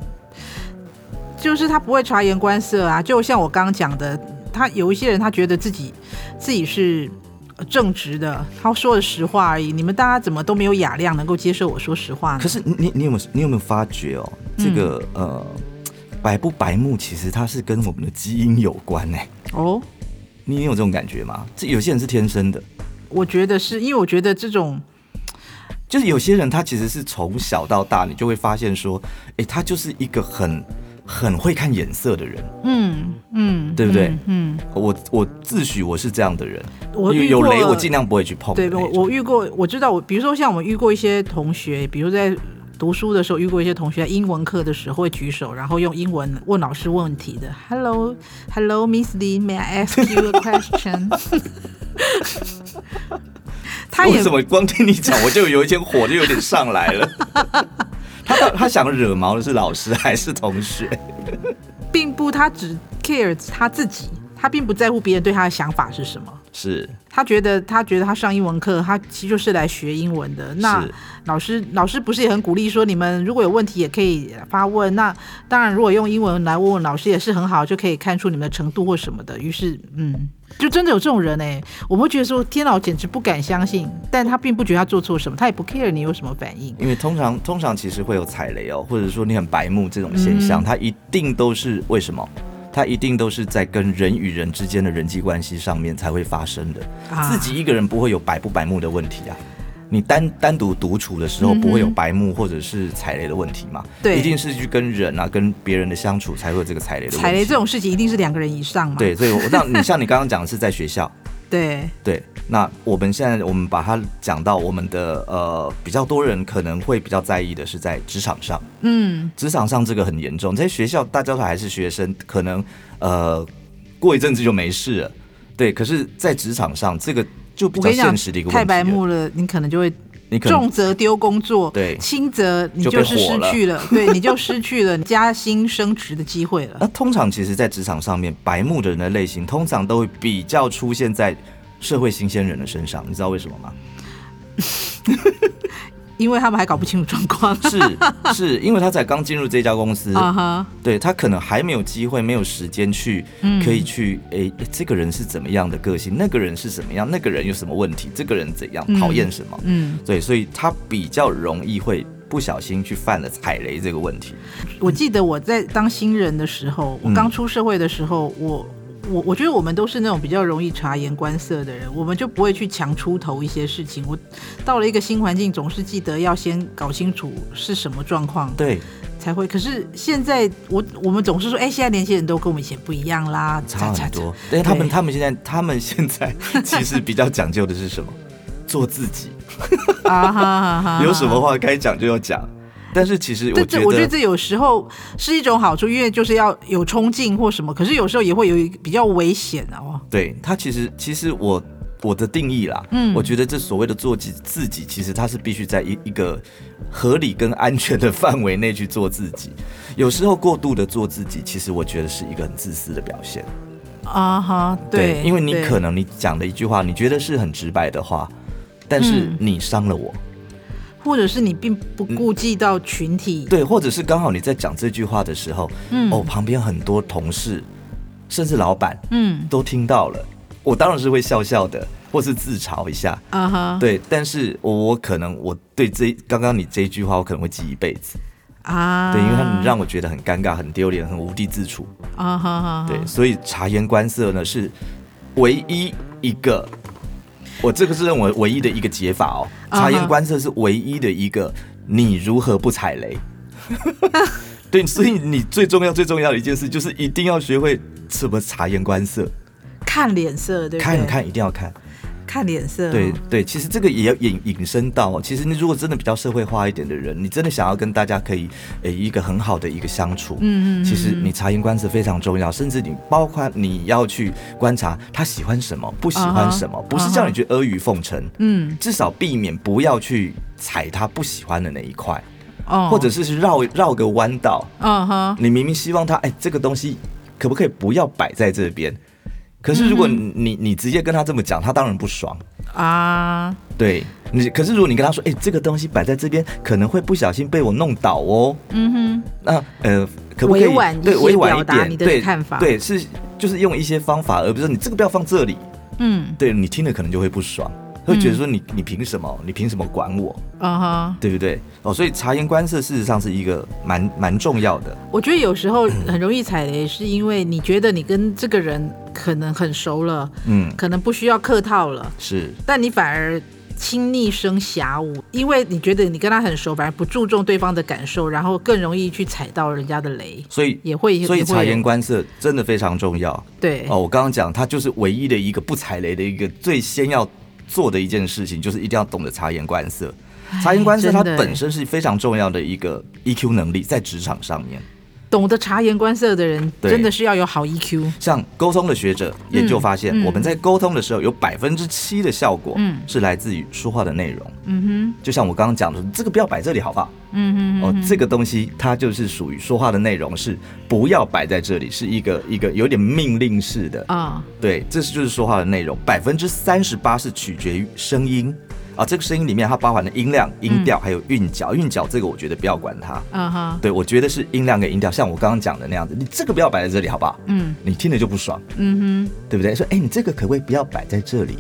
Speaker 2: 就是他不会察言观色啊。就像我刚刚讲的，他有一些人他觉得自己自己是呃正直的，他说的实话而已。你们大家怎么都没有雅量能够接受我说实话呢
Speaker 1: 可？是你你你有没有你有没有发觉哦，这个、呃白不白目，其实它是跟我们的基因有关呢、
Speaker 2: 哦，
Speaker 1: 你你有这种感觉吗？这有些人是天生的。
Speaker 2: 我觉得是因为我觉得这种
Speaker 1: 就是有些人他其实是从小到大，你就会发现说，诶，他就是一个很很会看眼色的人。
Speaker 2: 嗯嗯，
Speaker 1: 对不对
Speaker 2: 嗯？嗯，
Speaker 1: 我我自诩我是这样的人，
Speaker 2: 我
Speaker 1: 有
Speaker 2: 遇
Speaker 1: 有
Speaker 2: 过
Speaker 1: 雷我尽量不会去碰的
Speaker 2: 对
Speaker 1: 那种。
Speaker 2: 我我遇过，我知道我，比如说像我们遇过一些同学，比如在读书的时候遇过一些同学，在英文课的时候会举手，然后用英文问老师问题的。Hello, Hello, Miss Lee, May I ask you a question？他
Speaker 1: 为
Speaker 2: 也
Speaker 1: 什么光听你讲，我就有一点火就有点上 来了。他到他想惹毛的是老师还是同学？
Speaker 2: 并不他只 care 他自己，他并不在乎别人对他的想法是什么。
Speaker 1: 是
Speaker 2: 他觉得他觉得他上英文课，他其实就是来学英文的。那
Speaker 1: 是
Speaker 2: 老师老师不是也很鼓励说，你们如果有问题也可以发问。那当然，如果用英文来问问老师也是很好，就可以看出你们的程度或什么的。于是，嗯，就真的有这种人哎、我们会觉得说天哪，我简直不敢相信。但他并不觉得他做错什么，他也不 care 你有什么反应。
Speaker 1: 因为通常通常其实会有踩雷哦，或者说你很白目这种现
Speaker 2: 嗯
Speaker 1: 象，它一定都是为什么？它一定都是在跟人与人之间的人际关系上面才会发生的。
Speaker 2: 啊
Speaker 1: 自己一个人不会有白不白目的问题啊。你单单独独处的时候不会有白目或者是踩雷的问题嘛？
Speaker 2: 对
Speaker 1: 一定是去跟人啊、跟别人的相处才会有这个踩雷的问题。
Speaker 2: 踩雷这种事情一定是两个人以上嘛？
Speaker 1: 对，所以我那你像你刚刚讲的是在学校，
Speaker 2: 对
Speaker 1: 对，那我们现在我们把它讲到我们的呃比较多人可能会比较在意的是在职场上，
Speaker 2: 嗯，
Speaker 1: 职场上这个很严重，在学校大家都还是学生，可能呃过一阵子就没事了，对，可是，在职场上这个就比
Speaker 2: 我
Speaker 1: 较
Speaker 2: 跟你讲
Speaker 1: 现实的一个，问题了，啊
Speaker 2: 太白目了，你可能就会
Speaker 1: 你可
Speaker 2: 重
Speaker 1: 能
Speaker 2: 则丢工作，
Speaker 1: 对
Speaker 2: 轻则你
Speaker 1: 就被
Speaker 2: 是失
Speaker 1: 火了
Speaker 2: 去了，对，你就失去了加薪升职的机会 了
Speaker 1: 那。通常其实，在职场上面，白目的人的类型通常都会比较出现在社会新鲜人的身上，你知道为什么吗？
Speaker 2: 因为他们还搞不清楚状况。
Speaker 1: 是是，因为他才刚进入这家公司，
Speaker 2: 啊哈，
Speaker 1: 对他可能还没有机会，没有时间去，
Speaker 2: 嗯
Speaker 1: 可以去，诶，这个人是怎么样的个性，那个人是怎么样，那个人有什么问题，这个人怎样，讨厌什么，
Speaker 2: 嗯，
Speaker 1: 对，所以他比较容易会不小心去犯了踩雷这个问题。
Speaker 2: 我记得我在当新人的时候，我
Speaker 1: 嗯
Speaker 2: 刚出社会的时候，我。我我觉得我们都是那种比较容易察言观色的人，我们就不会去强出头一些事情。我到了一个新环境，总是记得要先搞清楚是什么状况，
Speaker 1: 对，
Speaker 2: 才会。可是现在我我们总是说，哎、现在年轻人都跟我们以前不一样啦，
Speaker 1: 差
Speaker 2: 咋
Speaker 1: 很
Speaker 2: 咋
Speaker 1: 多。但是他们
Speaker 2: 对
Speaker 1: 他们现在他们现在其实比较讲究的是什么？做自己，！
Speaker 2: 咋啊哈哈哈
Speaker 1: 有什么话该讲就要讲。但是其实
Speaker 2: 这
Speaker 1: 我觉
Speaker 2: 这，我觉得
Speaker 1: 得，
Speaker 2: 这有时候是一种好处，因为就是要有冲劲或什么，可是有时候也会有一比较危险的哦。
Speaker 1: 对他其实其实我我的定义啦，
Speaker 2: 嗯
Speaker 1: 我觉得这所谓的做自自己，其实他是必须在一一个合理跟安全的范围内去做自己。有时候过度的做自己，其实我觉得是一个很自私的表现。
Speaker 2: 啊哈，对，
Speaker 1: 因为你
Speaker 2: 对
Speaker 1: 可能你讲的一句话，你觉得是很直白的话，但是
Speaker 2: 嗯
Speaker 1: 你伤了我，
Speaker 2: 或者是你并不顾及到群体，
Speaker 1: 对，或者是刚好你在讲这句话的时候，
Speaker 2: 嗯
Speaker 1: 哦，旁边很多同事，甚至老板
Speaker 2: 嗯
Speaker 1: 都听到了，我当然是会笑笑的，或是自嘲一下。
Speaker 2: 啊哈，
Speaker 1: 对，但是我我可能我对这刚刚你这一句话，我可能会记一辈子。
Speaker 2: 啊，
Speaker 1: 对，因为他们让我觉得很尴尬、很丢脸、很无地自处。
Speaker 2: 啊哈哈，哈
Speaker 1: 对，所以察言观色呢是唯一一个，我这个是认为唯一的一个解法哦。
Speaker 2: 啊哈
Speaker 1: 察言观色是唯一的一个，你如何不踩雷？ 对，所以你最重要、最重要的一件事就是一定要学会怎么察言观色，
Speaker 2: 看脸色，对不对？
Speaker 1: 看看一定要看。
Speaker 2: 看脸色，
Speaker 1: 对对，其实这个也要引引申到，哦其实你如果真的比较社会化一点的人，你真的想要跟大家可以诶、一个很好的一个相处，
Speaker 2: 嗯嗯嗯
Speaker 1: 其实你察言观色非常重要，甚至你包括你要去观察他喜欢什么，不喜欢什么
Speaker 2: 啊哈
Speaker 1: 不是叫你去阿谀奉承，
Speaker 2: 嗯
Speaker 1: 至少避免不要去踩他不喜欢的那一块，
Speaker 2: 哦，
Speaker 1: 或者是是绕绕个弯道，
Speaker 2: 嗯哈，
Speaker 1: 你明明希望他，哎，这个东西可不可以不要摆在这边？可是如果
Speaker 2: 嗯
Speaker 1: 你、你你直接跟他这么讲，他当然不爽。
Speaker 2: 啊
Speaker 1: 对你，可是如果你跟他说，哎、这个东西摆在这边可能会不小心被我弄倒哦，
Speaker 2: 嗯
Speaker 1: 那呃，可不可以
Speaker 2: 委婉一些
Speaker 1: 对委婉一
Speaker 2: 表达
Speaker 1: 点
Speaker 2: 你的
Speaker 1: 对
Speaker 2: 看法
Speaker 1: 对是就是用一些方法，而不是你这个不要放这里，
Speaker 2: 哼嗯
Speaker 1: 对你听了可能就会不爽，会觉得说你你凭什么？你凭什么管我？
Speaker 2: 啊哈。
Speaker 1: 对不对？哦，所以察言观色事实上是一个蛮蛮重要的，
Speaker 2: 我觉得有 时候很容易踩雷，是因为你觉得你跟这个人可能很熟了，
Speaker 1: 嗯，
Speaker 2: 可能不需要客套了，
Speaker 1: 是
Speaker 2: 但你反而亲昵生狭武，因为你觉得你跟他很熟，反而不注重对方的感受，然后更容易去踩到人家的雷，
Speaker 1: 所以
Speaker 2: 也会
Speaker 1: 所以
Speaker 2: 也会有
Speaker 1: 察言观色真的非常重要。
Speaker 2: 对，
Speaker 1: 哦，我刚刚讲，它就是唯一的一个不踩雷的一个最先要做的一件事情，就是一定要懂得察言观色。察言观色它
Speaker 2: 哎真的
Speaker 1: E 本身是非常重要的一个 EQ 能力，在职场上面。
Speaker 2: 懂得察言观色的人，
Speaker 1: 对
Speaker 2: 真的是要有好 E EQ。
Speaker 1: 像沟通的学者研究发现，
Speaker 2: 嗯嗯
Speaker 1: 我们在沟通的时候有百分之七的效果
Speaker 2: 嗯
Speaker 1: 是来自于说话的内容。
Speaker 2: 嗯
Speaker 1: 就像我刚刚讲的，这个不要摆这里好不好？
Speaker 2: 哼，嗯哼，
Speaker 1: 哦，这个东西它就是属于说话的内容是不要摆在这里，是一个一个有点命令式的。
Speaker 2: 啊、
Speaker 1: 对，这是就是说话的内容，百分之三十八是取决于声音啊，这个声音里面它包含了音量、音调还有韵脚，韵脚这个我觉得不要管它。
Speaker 2: 嗯哼，
Speaker 1: 对，我觉得是音量跟音调，像我刚刚讲的那样子，你这个不要摆在这里好不好？
Speaker 2: 嗯
Speaker 1: 你听了就不爽，
Speaker 2: 嗯
Speaker 1: 对不对？说，哎，你这个可不可以不要摆在这里？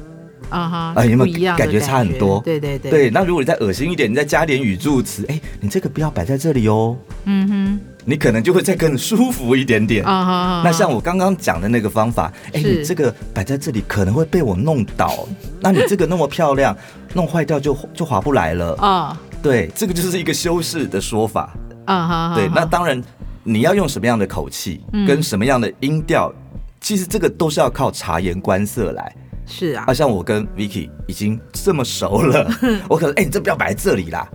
Speaker 2: 哼，啊哈，
Speaker 1: 啊有没有
Speaker 2: 不一样的
Speaker 1: 感觉差很多
Speaker 2: 对对对，
Speaker 1: 对，那如果你再恶心一点，你再加点语助词，哎，你这个不要摆在这里哦，
Speaker 2: 嗯哼，
Speaker 1: 你可能就会再更舒服一点点。
Speaker 2: 啊哈，
Speaker 1: 那像我刚刚讲的那个方法，哎，
Speaker 2: 是
Speaker 1: 你这个摆在这里可能会被我弄倒，那你这个那么漂亮， 弄坏掉就就划不来了。
Speaker 2: 啊
Speaker 1: 对，这个就是一个修饰的说法。
Speaker 2: 啊哈，
Speaker 1: 对
Speaker 2: 啊，
Speaker 1: 那
Speaker 2: 哈
Speaker 1: 当然你要用什么样的口气，
Speaker 2: 嗯
Speaker 1: 跟什么样的音调，其实这个都是要靠察言观色来。
Speaker 2: 是啊
Speaker 1: 啊，，像我跟 Vicky 已经这么熟 了，我可能哎、你这不要摆在这里啦。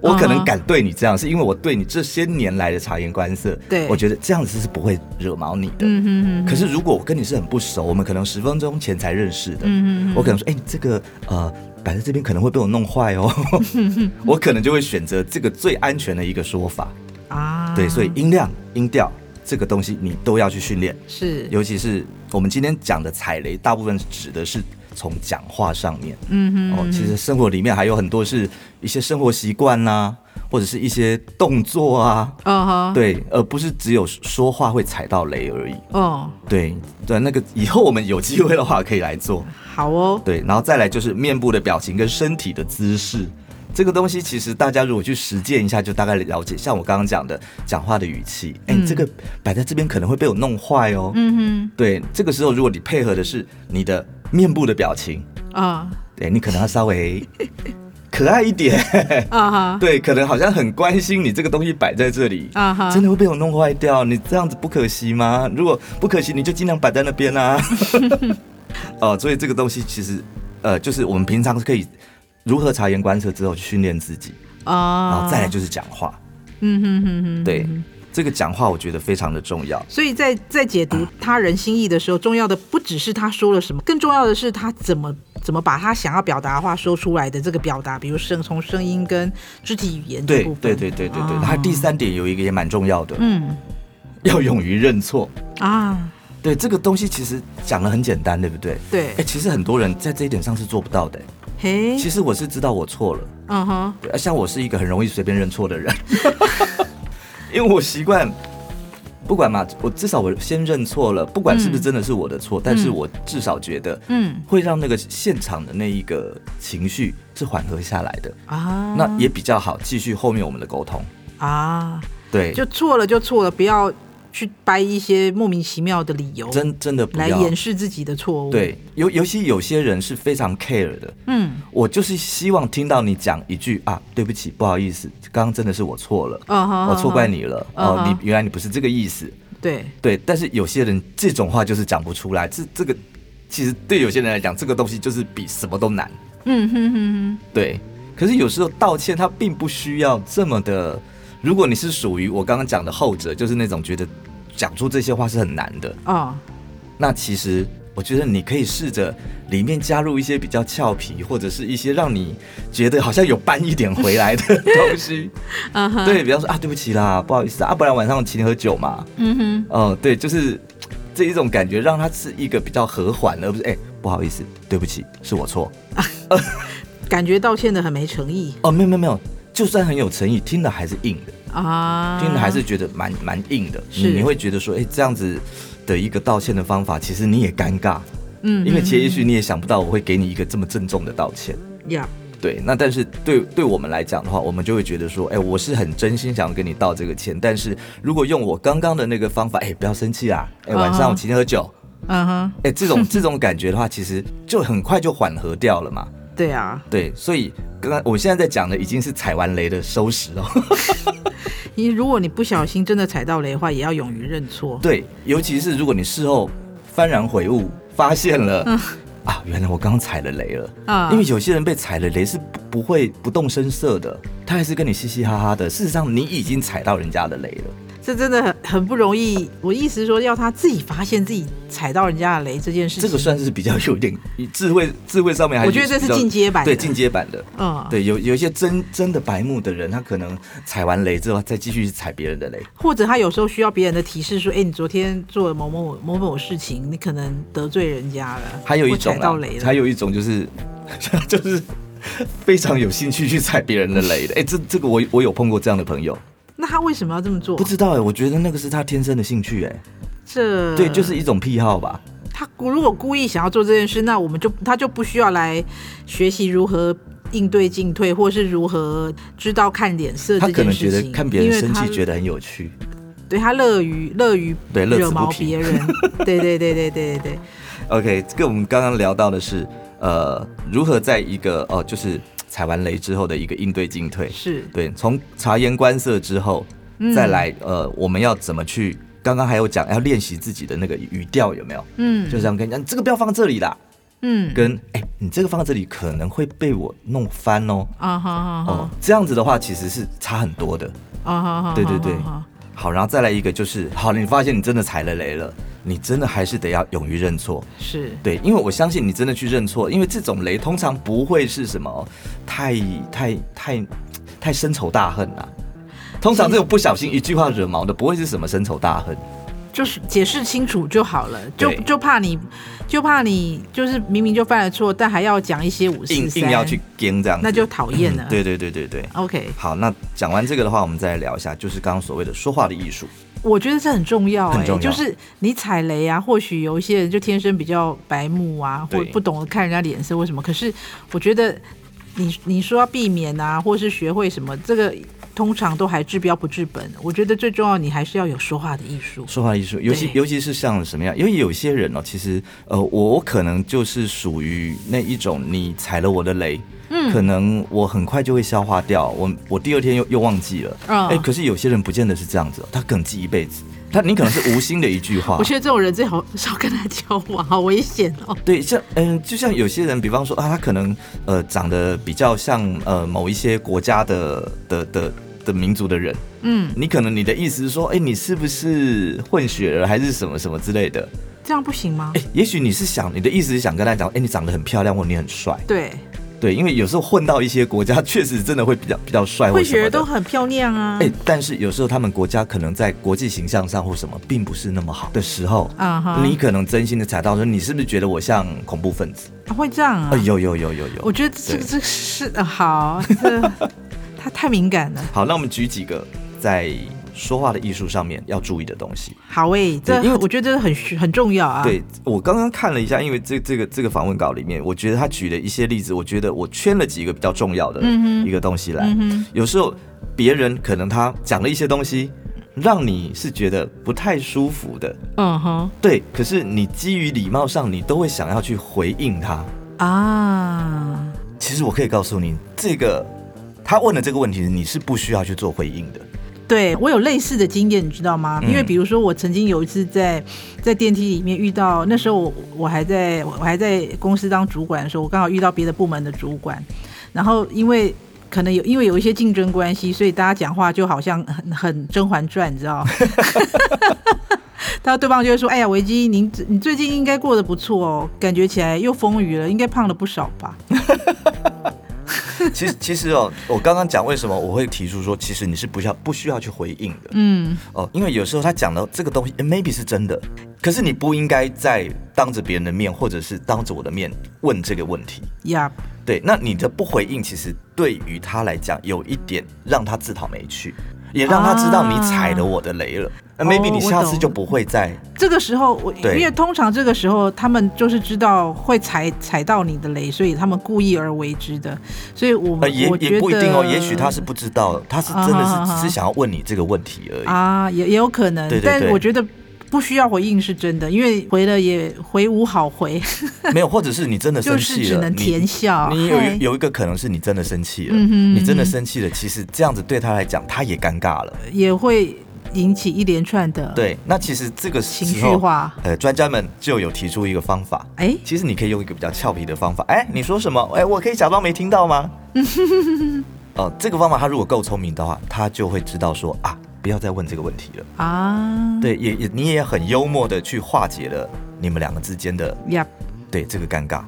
Speaker 1: 我可
Speaker 2: 嗯
Speaker 1: 能
Speaker 2: 哼
Speaker 1: 敢对你这样，是因为我对你这些年来的察言观色，
Speaker 2: 对
Speaker 1: 我觉得这样子是不会惹毛你的。
Speaker 2: 嗯哼哼，
Speaker 1: 可是如果我跟你是很不熟，我们可能十分钟前才认识的，
Speaker 2: 嗯
Speaker 1: 我可能说，哎、你这个呃摆在这边可能会被我弄坏哦，
Speaker 2: 嗯
Speaker 1: 我可能就会选择这个最安全的一个说法。
Speaker 2: 啊，
Speaker 1: 对，所以音量、音调这个东西你都要去训练，
Speaker 2: 是，
Speaker 1: 尤其是我们今天讲的踩雷，大部分指的是从讲话上面。
Speaker 2: 嗯
Speaker 1: 哦，其实生活里面还有很多是一些生活习惯呐，或者是一些动作啊，
Speaker 2: 哼，啊哈，，
Speaker 1: 对，而不是只有说话会踩到雷而已。
Speaker 2: 哦，
Speaker 1: 对对，那个以后我们有机会的话可以来做。
Speaker 2: 好哦，
Speaker 1: 对，然后再来就是面部的表情跟身体的姿势，这个东西其实大家如果去实践一下，就大概了解。像我刚刚讲的，讲话的语气，哎、你这个摆在这边可能会被我弄坏哦。
Speaker 2: 嗯
Speaker 1: 对，这个时候如果你配合的是你的面部的表情，
Speaker 2: 哼，啊
Speaker 1: 对你可能要稍微 可爱一点，
Speaker 2: 啊哈，
Speaker 1: 对，可能好像很关心你这个东西摆在这里。
Speaker 2: 啊哈，
Speaker 1: 真的会被我弄坏掉，你这样子不可惜吗？如果不可惜，你就尽量摆在那边 啊。哦，所以这个东西其实，呃，就是我们平常是可以如何察言观色之后去训练自己，然
Speaker 2: 啊，
Speaker 1: 后再来，就是讲话。
Speaker 2: 嗯哼哼哼，
Speaker 1: 对，这个讲话我觉得非常的重要。
Speaker 2: 所以在在解读他人心意的时候，重要的不只是他说了什么，更重要的是他怎么怎么把他想要表达的话说出来的这个表达，比如声从声音跟肢体语言这
Speaker 1: 对
Speaker 2: 部分。
Speaker 1: 对对对对对，
Speaker 2: 啊
Speaker 1: 它第三点有一个也蛮重要的，
Speaker 2: 嗯
Speaker 1: 要勇于认错。
Speaker 2: 啊，
Speaker 1: 对这个东西其实讲的很简单，对不对？
Speaker 2: 对
Speaker 1: 哎、，其实很多人在这一点上是做不到的、
Speaker 2: 嘿，
Speaker 1: 其实我是知道我错了，
Speaker 2: 嗯哼，
Speaker 1: 对，像我是一个很容易随便认错的人， 因为我习惯，不管嘛，我至少我先认错了，不管是不是真的是我的错，但是我至少觉得，
Speaker 2: 嗯
Speaker 1: 会让那个现场的那一个情绪是缓和下来的，
Speaker 2: 啊，
Speaker 1: 那也比较好，继续后面我们的沟通。
Speaker 2: 啊，
Speaker 1: 对，
Speaker 2: 就错了就错了，不要去掰一些莫名其妙的理由
Speaker 1: 真真的不
Speaker 2: 来
Speaker 1: 要
Speaker 2: 掩饰自己的错误。，
Speaker 1: 对，尤尤其有些人是非常 care 的，
Speaker 2: 嗯
Speaker 1: 我就是希望听到你讲一句啊，对不起，不好意思，刚刚真的是我错了，
Speaker 2: 嗯哼，
Speaker 1: 哦我错怪
Speaker 2: 嗯
Speaker 1: 你了，
Speaker 2: 嗯
Speaker 1: 哦，
Speaker 2: 哼
Speaker 1: 你原来你不是这个意思。
Speaker 2: 哼，对，
Speaker 1: 对，但是有些人这种话就是讲不出来，这这个其实对有些人来讲，这个东西就是比什么都难。
Speaker 2: 嗯哼哼
Speaker 1: 对，可是有时候道歉它并不需要这么的。如果你是属于我刚刚讲的后者，就是那种觉得讲出这些话是很难的，
Speaker 2: 哼，哦，
Speaker 1: 那其实我觉得你可以试着里面加入一些比较俏皮，或者是一些让你觉得好像有搬一点回来的东西。
Speaker 2: 嗯哼，
Speaker 1: 对，比方说啊，对不起啦，不好意思啊，啊不然晚上请你喝酒嘛。
Speaker 2: 嗯哼，
Speaker 1: 哦，对，就是这一种感觉，让它是一个比较和缓，而不是哎、不好意思，对不起，是我错。
Speaker 2: 感觉道歉的很没诚意
Speaker 1: 哦，没有没有没有，就算很有诚意，听了还是硬的，
Speaker 2: 啊，
Speaker 1: 听了还是觉得蛮蛮硬的。你
Speaker 2: 是
Speaker 1: 你会觉得说，哎、这样子的一个道歉的方法，其实你也尴尬，
Speaker 2: 嗯，
Speaker 1: 因为其实也许你也想不到我会给你一个这么郑重的道歉。
Speaker 2: 呀，
Speaker 1: 对，那但是对对我们来讲的话，我们就会觉得说，哎、我是很真心想要跟你道这个歉，但是如果用我刚刚的那个方法，哎、不要生气啦，哎、晚上
Speaker 2: 啊
Speaker 1: 我请你喝酒，
Speaker 2: 嗯哼，
Speaker 1: 哎、这种这种感觉的话，其实就很快就缓和掉了嘛。
Speaker 2: 对啊，
Speaker 1: 对，所以刚刚我现在在讲的已经是踩完雷的收拾哦。
Speaker 2: 你如果你不小心真的踩到雷的话，也要勇于认错。
Speaker 1: 对，尤其是如果你事后幡然悔悟，发现了、
Speaker 2: 嗯
Speaker 1: 啊，原来我刚刚踩了雷了。
Speaker 2: 啊
Speaker 1: 因为有些人被踩了雷是不不会不动声色的，他还是跟你嘻嘻哈哈的。事实上，你已经踩到人家的雷了。
Speaker 2: 这真的很很不容易。我意思是说，要他自己发现自己踩到人家的雷这件事情，
Speaker 1: 这个算是比较有点智慧，智慧上面还
Speaker 2: 我觉得这是
Speaker 1: 比较
Speaker 2: 进阶版的
Speaker 1: 对进阶版的。
Speaker 2: 嗯，
Speaker 1: 对，有有一些真真的白目的人，他可能踩完雷之后，再继续踩别人的雷。
Speaker 2: 或者他有时候需要别人的提示，说，哎、你昨天做了某某某某事情，你可能得罪人家了，
Speaker 1: 还有一
Speaker 2: 或
Speaker 1: 种
Speaker 2: 踩
Speaker 1: 啊
Speaker 2: 到雷，了
Speaker 1: 还。有一种就是 就是非常有兴趣去踩别人的雷的。哎、这这个我我有碰过这样的朋友，
Speaker 2: 那他为什么要这么做
Speaker 1: 不？知道哎、我觉得那个是他天生的兴趣哎、
Speaker 2: 这
Speaker 1: 对，就是一种癖好吧。
Speaker 2: 他故如果故意想要做这件事，那我们就他就不需要来学习如何应对进退，或是如何知道看脸色
Speaker 1: 他
Speaker 2: 这
Speaker 1: 可
Speaker 2: 件
Speaker 1: 能觉
Speaker 2: 事情。
Speaker 1: 得看别人生气，觉
Speaker 2: 得
Speaker 1: 得很有趣。
Speaker 2: 对他乐于乐于
Speaker 1: 对乐此
Speaker 2: 惹
Speaker 1: 不
Speaker 2: 毛
Speaker 1: 疲
Speaker 2: 别人。对对对对对对对，
Speaker 1: OK，这个我们刚刚聊到的是呃，如何在一个哦、就是踩完雷之后的一个应对进退。
Speaker 2: 是
Speaker 1: 对，从察言观色之后，
Speaker 2: 嗯
Speaker 1: 再来、呃，我们要怎么去？刚刚还有讲要练习自己的那个语调有没有？
Speaker 2: 嗯
Speaker 1: 就这样跟你讲，你这个不要放这里啦。
Speaker 2: 嗯
Speaker 1: 跟哎、你这个放在这里可能会被我弄翻哦。
Speaker 2: 啊哈哈
Speaker 1: 哦
Speaker 2: 哈，
Speaker 1: 这样子的话其实是差很多的。
Speaker 2: 啊哈哈，
Speaker 1: 对对对
Speaker 2: 哈哈
Speaker 1: 好，然后再来一个就是，好，你发现你真的踩了雷了，你真的还是得要勇于认错。
Speaker 2: 是
Speaker 1: 对，因为我相信你真的去认错，因为这种雷通常不会是什么太太太太深仇大恨啊。通常这种不小心一句话惹毛的，不会是什么深仇大恨。
Speaker 2: 就是解释清楚就好了，就
Speaker 1: 对
Speaker 2: 就怕你就怕你就是明明就犯了错，但还要讲一些五
Speaker 1: 硬
Speaker 2: 四三，
Speaker 1: 硬要去跟这样子，嗯
Speaker 2: 那就讨厌了。
Speaker 1: 对对对对对。
Speaker 2: ，OK，
Speaker 1: 好，那讲完这个的话，我们再来聊一下，就是刚刚所谓的说话的艺术。
Speaker 2: 我觉得这很重要、欸，
Speaker 1: 很重要
Speaker 2: 就是你踩雷啊，或许有一些人就天生比较白目啊，或
Speaker 1: 对
Speaker 2: 不懂得看人家脸色或什么。可是我觉得你你说要避免啊，或是学会什么，这个通常都还治标不治本。我觉得最重要，你还是要有说话的艺术。
Speaker 1: 说话艺术，尤其
Speaker 2: 对
Speaker 1: 尤其是像什么样？因为有些人哦，其实呃，我我可能就是属于那一种，你踩了我的雷，嗯，可能我很快就会消化掉，我我第二天又又忘记了，
Speaker 2: 嗯
Speaker 1: 哎，可是有些人不见得是这样子哦，他可能记一辈子，他你可能是无心的一句话
Speaker 2: 我。觉得这种人最好少跟他交往，好危险 哦。
Speaker 1: 对，像嗯、就像有些人，比方说啊，他可能呃长得比较像呃某一些国家的的的的民族的人，
Speaker 2: 嗯，
Speaker 1: 你可能你的意思是说，哎，你是不是混血儿还是什么什么之类的？
Speaker 2: 这样不行吗？
Speaker 1: 哎、也许你是想你的意思是想跟他讲，哎、你长得很漂亮或你很帅，
Speaker 2: 对，
Speaker 1: 对，因为有时候混到一些国家， 确实真的会比较比较帅或
Speaker 2: 混
Speaker 1: 哎什
Speaker 2: 血
Speaker 1: 么
Speaker 2: 儿都
Speaker 1: 的。
Speaker 2: 很漂亮啊。
Speaker 1: 哎、但是有时候他们国家可能在国际形象上或什么并不是那么好的时候，
Speaker 2: 啊哈
Speaker 1: 你可能真心的踩到说，你是不是觉得我像恐怖分子？
Speaker 2: 会这样啊？
Speaker 1: 啊，有有有有有
Speaker 2: 我。觉得这
Speaker 1: 对
Speaker 2: 个这个是呃好，这 他太敏感了。
Speaker 1: 好，那我们举几个在说话的艺术上面要注意的东西。
Speaker 2: 好诶、
Speaker 1: 对
Speaker 2: 这
Speaker 1: 因为
Speaker 2: 我觉得这很需很重要啊。，
Speaker 1: 对我刚刚看了一下，因为这这个这个访问稿里面，我觉得他举了一些例子，我觉得我圈了几个比较重要的
Speaker 2: 嗯
Speaker 1: 一个东西来。有时候别人可能他讲了一些东西，让你是觉得不太舒服的，
Speaker 2: 嗯哼
Speaker 1: 对。可是你基于礼貌上，你都会想要去回应他。
Speaker 2: 啊，
Speaker 1: 其实我可以告诉你，这个他问的这个问题，你是不需要去做回应的。
Speaker 2: 对我有类似的经验，你知道吗？
Speaker 1: 嗯
Speaker 2: 因为比如说我曾经有一次在在电梯里面遇到，那时候我我还在我还在公司当主管的时候，我刚好遇到别的部门的主管，然后因为。可能有因为有一些竞争关系，所以大家讲话就好像很很《甄嬛传》，你知 道？到对方就会说：“哎呀，维基，您你最近应该过得不错哦，感觉起来又丰腴了，应该胖了不少吧？”
Speaker 1: 其实其实哦，我刚刚讲为什么我会提出说，其实你是不需要不需要去回应的。
Speaker 2: 嗯，
Speaker 1: 哦，因为有时候他讲的这个东西诶，maybe 是真的，可是你不应该再当着别人的面，或者是当着我的面问这个问题。
Speaker 2: 呀、
Speaker 1: 对，那你的不回应，其实对于他来讲，有一点让他自讨没趣，也让他知道你踩了我的雷了。那 maybe
Speaker 2: 哦
Speaker 1: 你
Speaker 2: 我
Speaker 1: 下次
Speaker 2: 懂
Speaker 1: 就不会再
Speaker 2: 这个时候我，
Speaker 1: 对
Speaker 2: 因为通常这个时候他们就是知道会踩踩到你的雷，所以他们故意而为之的。所以我
Speaker 1: 呃，
Speaker 2: 们
Speaker 1: 也
Speaker 2: 我觉
Speaker 1: 也
Speaker 2: 得
Speaker 1: 不一定哦，也许他是不知道，他是真的
Speaker 2: 啊哈
Speaker 1: 是
Speaker 2: 哈
Speaker 1: 只是想要问你这个问题而已。
Speaker 2: 啊，也也有可能，
Speaker 1: 对对对
Speaker 2: 但我觉得不需要回应是真的，因为回了也回无好回，
Speaker 1: 没有，或者是你真的生
Speaker 2: 啊就是
Speaker 1: 气
Speaker 2: 只
Speaker 1: 了，
Speaker 2: 能
Speaker 1: 你
Speaker 2: 甜笑。
Speaker 1: 你有
Speaker 2: 嗨
Speaker 1: 一有一个可能是你真的生气了，
Speaker 2: 嗯哼
Speaker 1: 你真的生气了，其实这样子对他来讲，他也尴尬了。
Speaker 2: 也会引起一连串的
Speaker 1: 对，那其实这个
Speaker 2: 情
Speaker 1: 时
Speaker 2: 绪
Speaker 1: 候
Speaker 2: 化。
Speaker 1: 呃，专家们就有提出一个方法。
Speaker 2: 哎，
Speaker 1: 其实你可以用一个比较俏皮的方法，哎，你说什么？哎，我可以假装没听 到吗？哦、这个方法他如果够聪明的话，他就会知道说啊，不要再问这个问题了。
Speaker 2: 啊，
Speaker 1: 对，也也你也很幽默的去化解了你们两个之间的
Speaker 2: 呀，
Speaker 1: 对这个尴尬，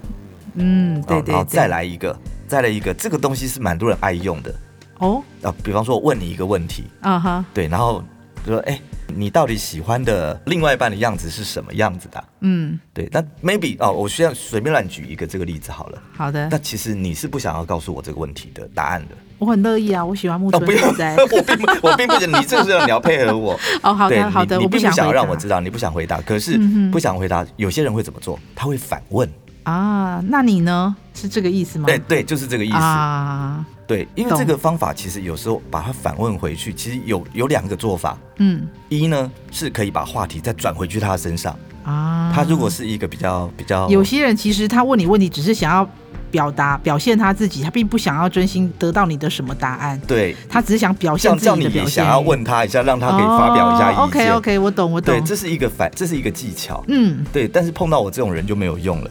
Speaker 2: 嗯，对
Speaker 1: 啊
Speaker 2: 对
Speaker 1: 然后
Speaker 2: 对，
Speaker 1: 再来一个，再来一个，这个东西是蛮多人爱用的
Speaker 2: 哦，
Speaker 1: 啊，比方说问你一个问题，
Speaker 2: 啊哈，
Speaker 1: 对，然后就说哎、你到底喜欢的另外一半的样子是什么样子的啊？
Speaker 2: 嗯，
Speaker 1: 对，那 maybe 哦，我现在随便乱举一个这个例子好了。
Speaker 2: 好的
Speaker 1: 那，其实你是不想要告诉我这个问题的答案的
Speaker 2: 我很乐意啊，我喜欢木
Speaker 1: 哦，
Speaker 2: 村
Speaker 1: 不用，
Speaker 2: 拓 哉。
Speaker 1: 我并不，我并不觉得你这是你要配合我，
Speaker 2: 哦， 好
Speaker 1: 对
Speaker 2: 的好的，
Speaker 1: 你你
Speaker 2: 我
Speaker 1: 并
Speaker 2: 想
Speaker 1: 想要
Speaker 2: 回
Speaker 1: 让我
Speaker 2: 答
Speaker 1: 知道你不想回答，可是
Speaker 2: 嗯哼
Speaker 1: 不想回答，有些人会怎么做？他会反问，
Speaker 2: 啊。那你呢？是这个意思吗？
Speaker 1: 对对，就是这个意思，
Speaker 2: 啊，
Speaker 1: 对，因为
Speaker 2: 懂
Speaker 1: 这个方法其实有时候把它反问回去，其实有有两个做法，
Speaker 2: 嗯
Speaker 1: 一呢是可以把话题再转回去他身上，
Speaker 2: 啊，
Speaker 1: 他如果是一个比较比较
Speaker 2: 有些人其实他问你问题，只是想要表达表现他自己，他并不想要真心得到你的什么答案，
Speaker 1: 对。
Speaker 2: 他只是想表现
Speaker 1: 像
Speaker 2: 自
Speaker 1: 叫
Speaker 2: 己
Speaker 1: 你
Speaker 2: 的
Speaker 1: 也
Speaker 2: 表现
Speaker 1: 想
Speaker 2: 而已。
Speaker 1: 要问他一下，让他可以发表一下意见。
Speaker 2: OK OK，我懂我懂
Speaker 1: 对，。这是一个反，这是一个技巧。
Speaker 2: 嗯，
Speaker 1: 对，但是碰到我这种人就没有 用了。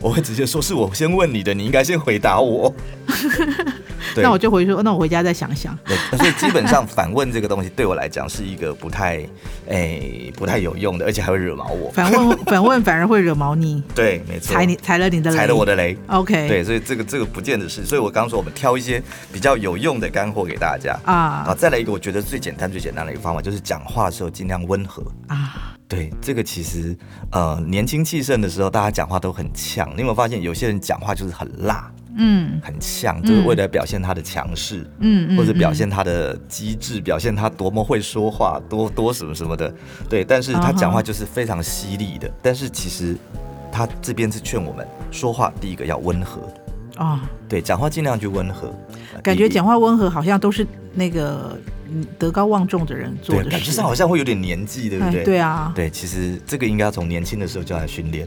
Speaker 1: 我会直接说是我先问你的，你应该先回答 我。对
Speaker 2: 那我就回去说，那我回家再想想。
Speaker 1: 对所以基本上反问这个东西对我来讲是一个不太诶、不太有用的，而且还会惹毛我。
Speaker 2: 反问 反问反而会惹毛你，
Speaker 1: 对，没错，
Speaker 2: 踩你踩了你的雷，
Speaker 1: 啊踩了我的雷。
Speaker 2: OK
Speaker 1: 对，所以这个这个不见得是，所以我刚说我们挑一些比较有用的干货给大家啊。
Speaker 2: 啊
Speaker 1: 再来一个，我觉得最简单最简单的一个方法就是讲话的时候尽量温和。
Speaker 2: 啊
Speaker 1: 对，这个其实呃，年轻气盛的时候，大家讲话都很呛。你有没有发现，有些人讲话就是很辣、
Speaker 2: 嗯
Speaker 1: 很呛，就是为了表现他的强势，
Speaker 2: 嗯嗯，
Speaker 1: 或者表
Speaker 2: 嗯
Speaker 1: 现他的机智，表现他多么会说话，多多什么什么的。对，但是他
Speaker 2: 啊
Speaker 1: 讲话就是非常犀利的。但是其实他这边是劝我们说话，第一个要温和，
Speaker 2: 哦，
Speaker 1: 对，讲话尽量去温和。呃
Speaker 2: 感
Speaker 1: 第
Speaker 2: 觉
Speaker 1: 一
Speaker 2: 讲话温和，好像都是那个嗯德高望重的人做
Speaker 1: 对，
Speaker 2: 的事。
Speaker 1: 感觉上好像会有点年纪，对不对？
Speaker 2: 哎，对啊，
Speaker 1: 对，其实这个应该要从年轻的时候就来训练。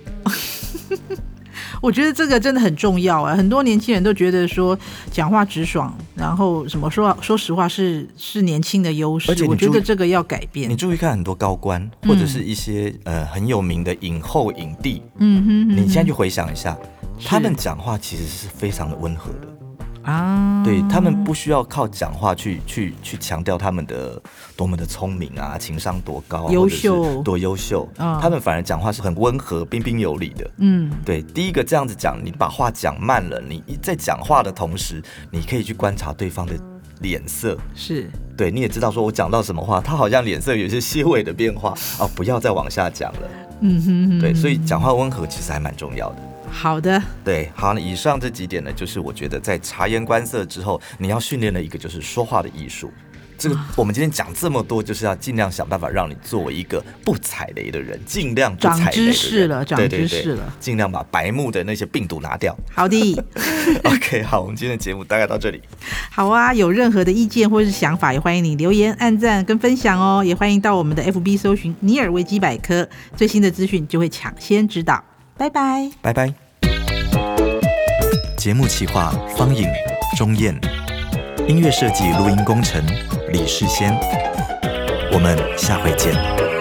Speaker 2: 我觉得这个真的很重要啊！很多年轻人都觉得说讲话直爽，然后什么说说实话是是年轻的优势
Speaker 1: 而且，你
Speaker 2: 我觉
Speaker 1: 注
Speaker 2: 得
Speaker 1: 意
Speaker 2: 这个要改
Speaker 1: 你
Speaker 2: 变。
Speaker 1: 注意看很多高官或者是一些、呃很有名的影后影帝，
Speaker 2: 嗯哼
Speaker 1: 你
Speaker 2: 哼
Speaker 1: 现在去回想一下，
Speaker 2: 是
Speaker 1: 他们讲话其实是非常的温和的，
Speaker 2: 啊，
Speaker 1: 对他们不需要靠讲话去去去强调他们的多么的聪明啊，情商多高、啊，
Speaker 2: 优
Speaker 1: 或者是
Speaker 2: 秀
Speaker 1: 多优秀，
Speaker 2: 嗯
Speaker 1: 他们反而讲话是很温和、彬彬有礼的。
Speaker 2: 嗯
Speaker 1: 对，第一个这样子讲，你把话讲慢了，你一在讲话的同时，你可以去观察对方的脸色，
Speaker 2: 是
Speaker 1: 对，你也知道，说我讲到什么话，他好像脸色有些些微的变化啊，不要再往下讲了。
Speaker 2: 嗯哼哼，
Speaker 1: 对，所以讲话温和其实还蛮重要的。
Speaker 2: 好的
Speaker 1: 对，好，那以上这几点呢，就是我觉得在察言观色之后，你要训练的一个就是说话的艺术。这
Speaker 2: 啊
Speaker 1: 个我们今天讲这么多，就是要尽量想办法让你作为一个不踩雷的人，尽量不
Speaker 2: 长
Speaker 1: 踩雷的人。
Speaker 2: 知识了长
Speaker 1: 对对
Speaker 2: 知
Speaker 1: 对
Speaker 2: 识了
Speaker 1: 尽量把白目的那些病毒拿掉。
Speaker 2: 好的，
Speaker 1: OK，好，我们今天的节目大概到这里。
Speaker 2: 好啊！有任何的意见或是想法，也欢迎你留言、按赞跟分享哦，也欢迎到我们的 FB 搜寻“尼尔维基百科”，最新的资讯就会抢先知道。拜拜。
Speaker 1: 拜拜。节目企划：方颖、钟燕，音乐设计、录音工程：李世先。我们下回见。